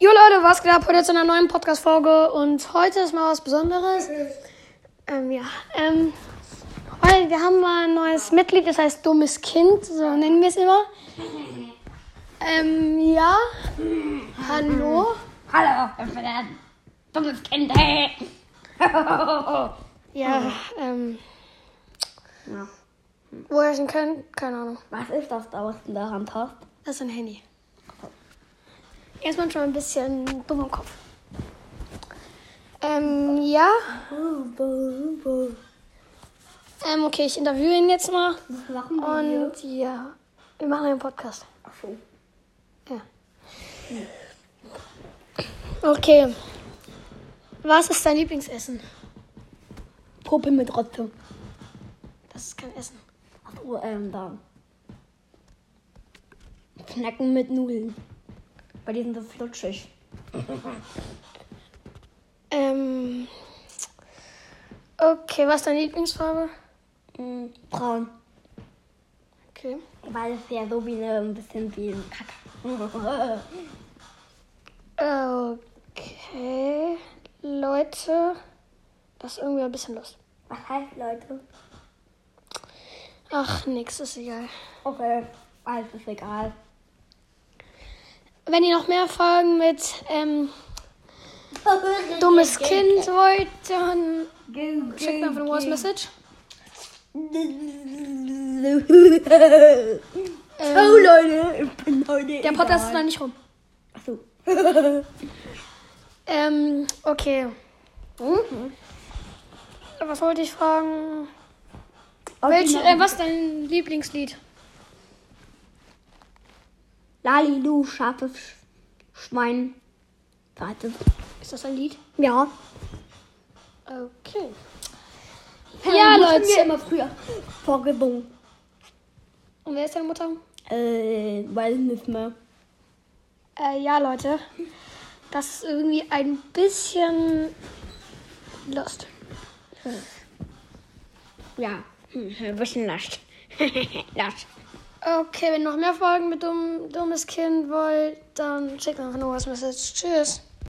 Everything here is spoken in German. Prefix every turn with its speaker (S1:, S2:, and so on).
S1: Jo Leute, was geht ab? Heute zu einer neuen Podcast-Folge und heute ist mal was Besonderes. Ähm, ja, ähm, heute, wir haben mal ein neues Mitglied, das heißt Dummes Kind, so nennen wir es immer. Ähm, ja, hallo.
S2: Hallo, ich bin ein dummes Kind, ey.
S1: Ja, ähm, wo ihr schon könnt, keine Ahnung.
S2: Was ist das da, was du in der Hand hast?
S1: Das ist ein Handy. Er ist manchmal ein bisschen dumm im Kopf. Ähm, ja. Ähm, okay, ich interviewe ihn jetzt mal.
S2: Was machen
S1: Und ja, wir machen einen Podcast.
S2: Ach so.
S1: Ja. Okay. Was ist dein Lieblingsessen?
S2: Puppe mit Rotze.
S1: Das ist kein Essen.
S2: Ach so, ähm, da. Snacken mit Nudeln. Bei die sind so flutschig.
S1: Ähm. Okay, was ist deine Lieblingsfarbe?
S2: Mhm, braun.
S1: Okay.
S2: Weil es ja so wie eine, ein bisschen wie ein Kacke.
S1: Okay. Leute, das ist irgendwie ein bisschen los.
S2: Was heißt, Leute?
S1: Ach, nix, ist egal.
S2: Okay, äh, alles ist egal.
S1: Wenn ihr noch mehr Folgen mit ähm, Dummes Kind wollt, dann schickt mir einfach eine Voice Message.
S2: Oh
S1: Ähm,
S2: Leute, ich bin heute
S1: der Podcast ist noch nicht rum.
S2: Achso.
S1: Ähm, okay. Mhm. Was wollte ich fragen? Welch, äh, was ist dein Lieblingslied?
S2: Lali, du scharfes Sch- Schwein. Warte.
S1: Ist das ein Lied?
S2: Ja.
S1: Okay. Ja, Leute.
S2: Äh, Wir immer früher vorgesungen.
S1: Und wer ist deine Mutter?
S2: Äh, weiß nicht mehr.
S1: Äh, ja, Leute. Das ist irgendwie ein bisschen lost.
S2: Ja. Hm, ein bisschen lascht. lascht.
S1: Okay, wenn ihr noch mehr Folgen mit dumm, Dummes Kind wollt, dann schickt mir einfach nur was Message. Tschüss.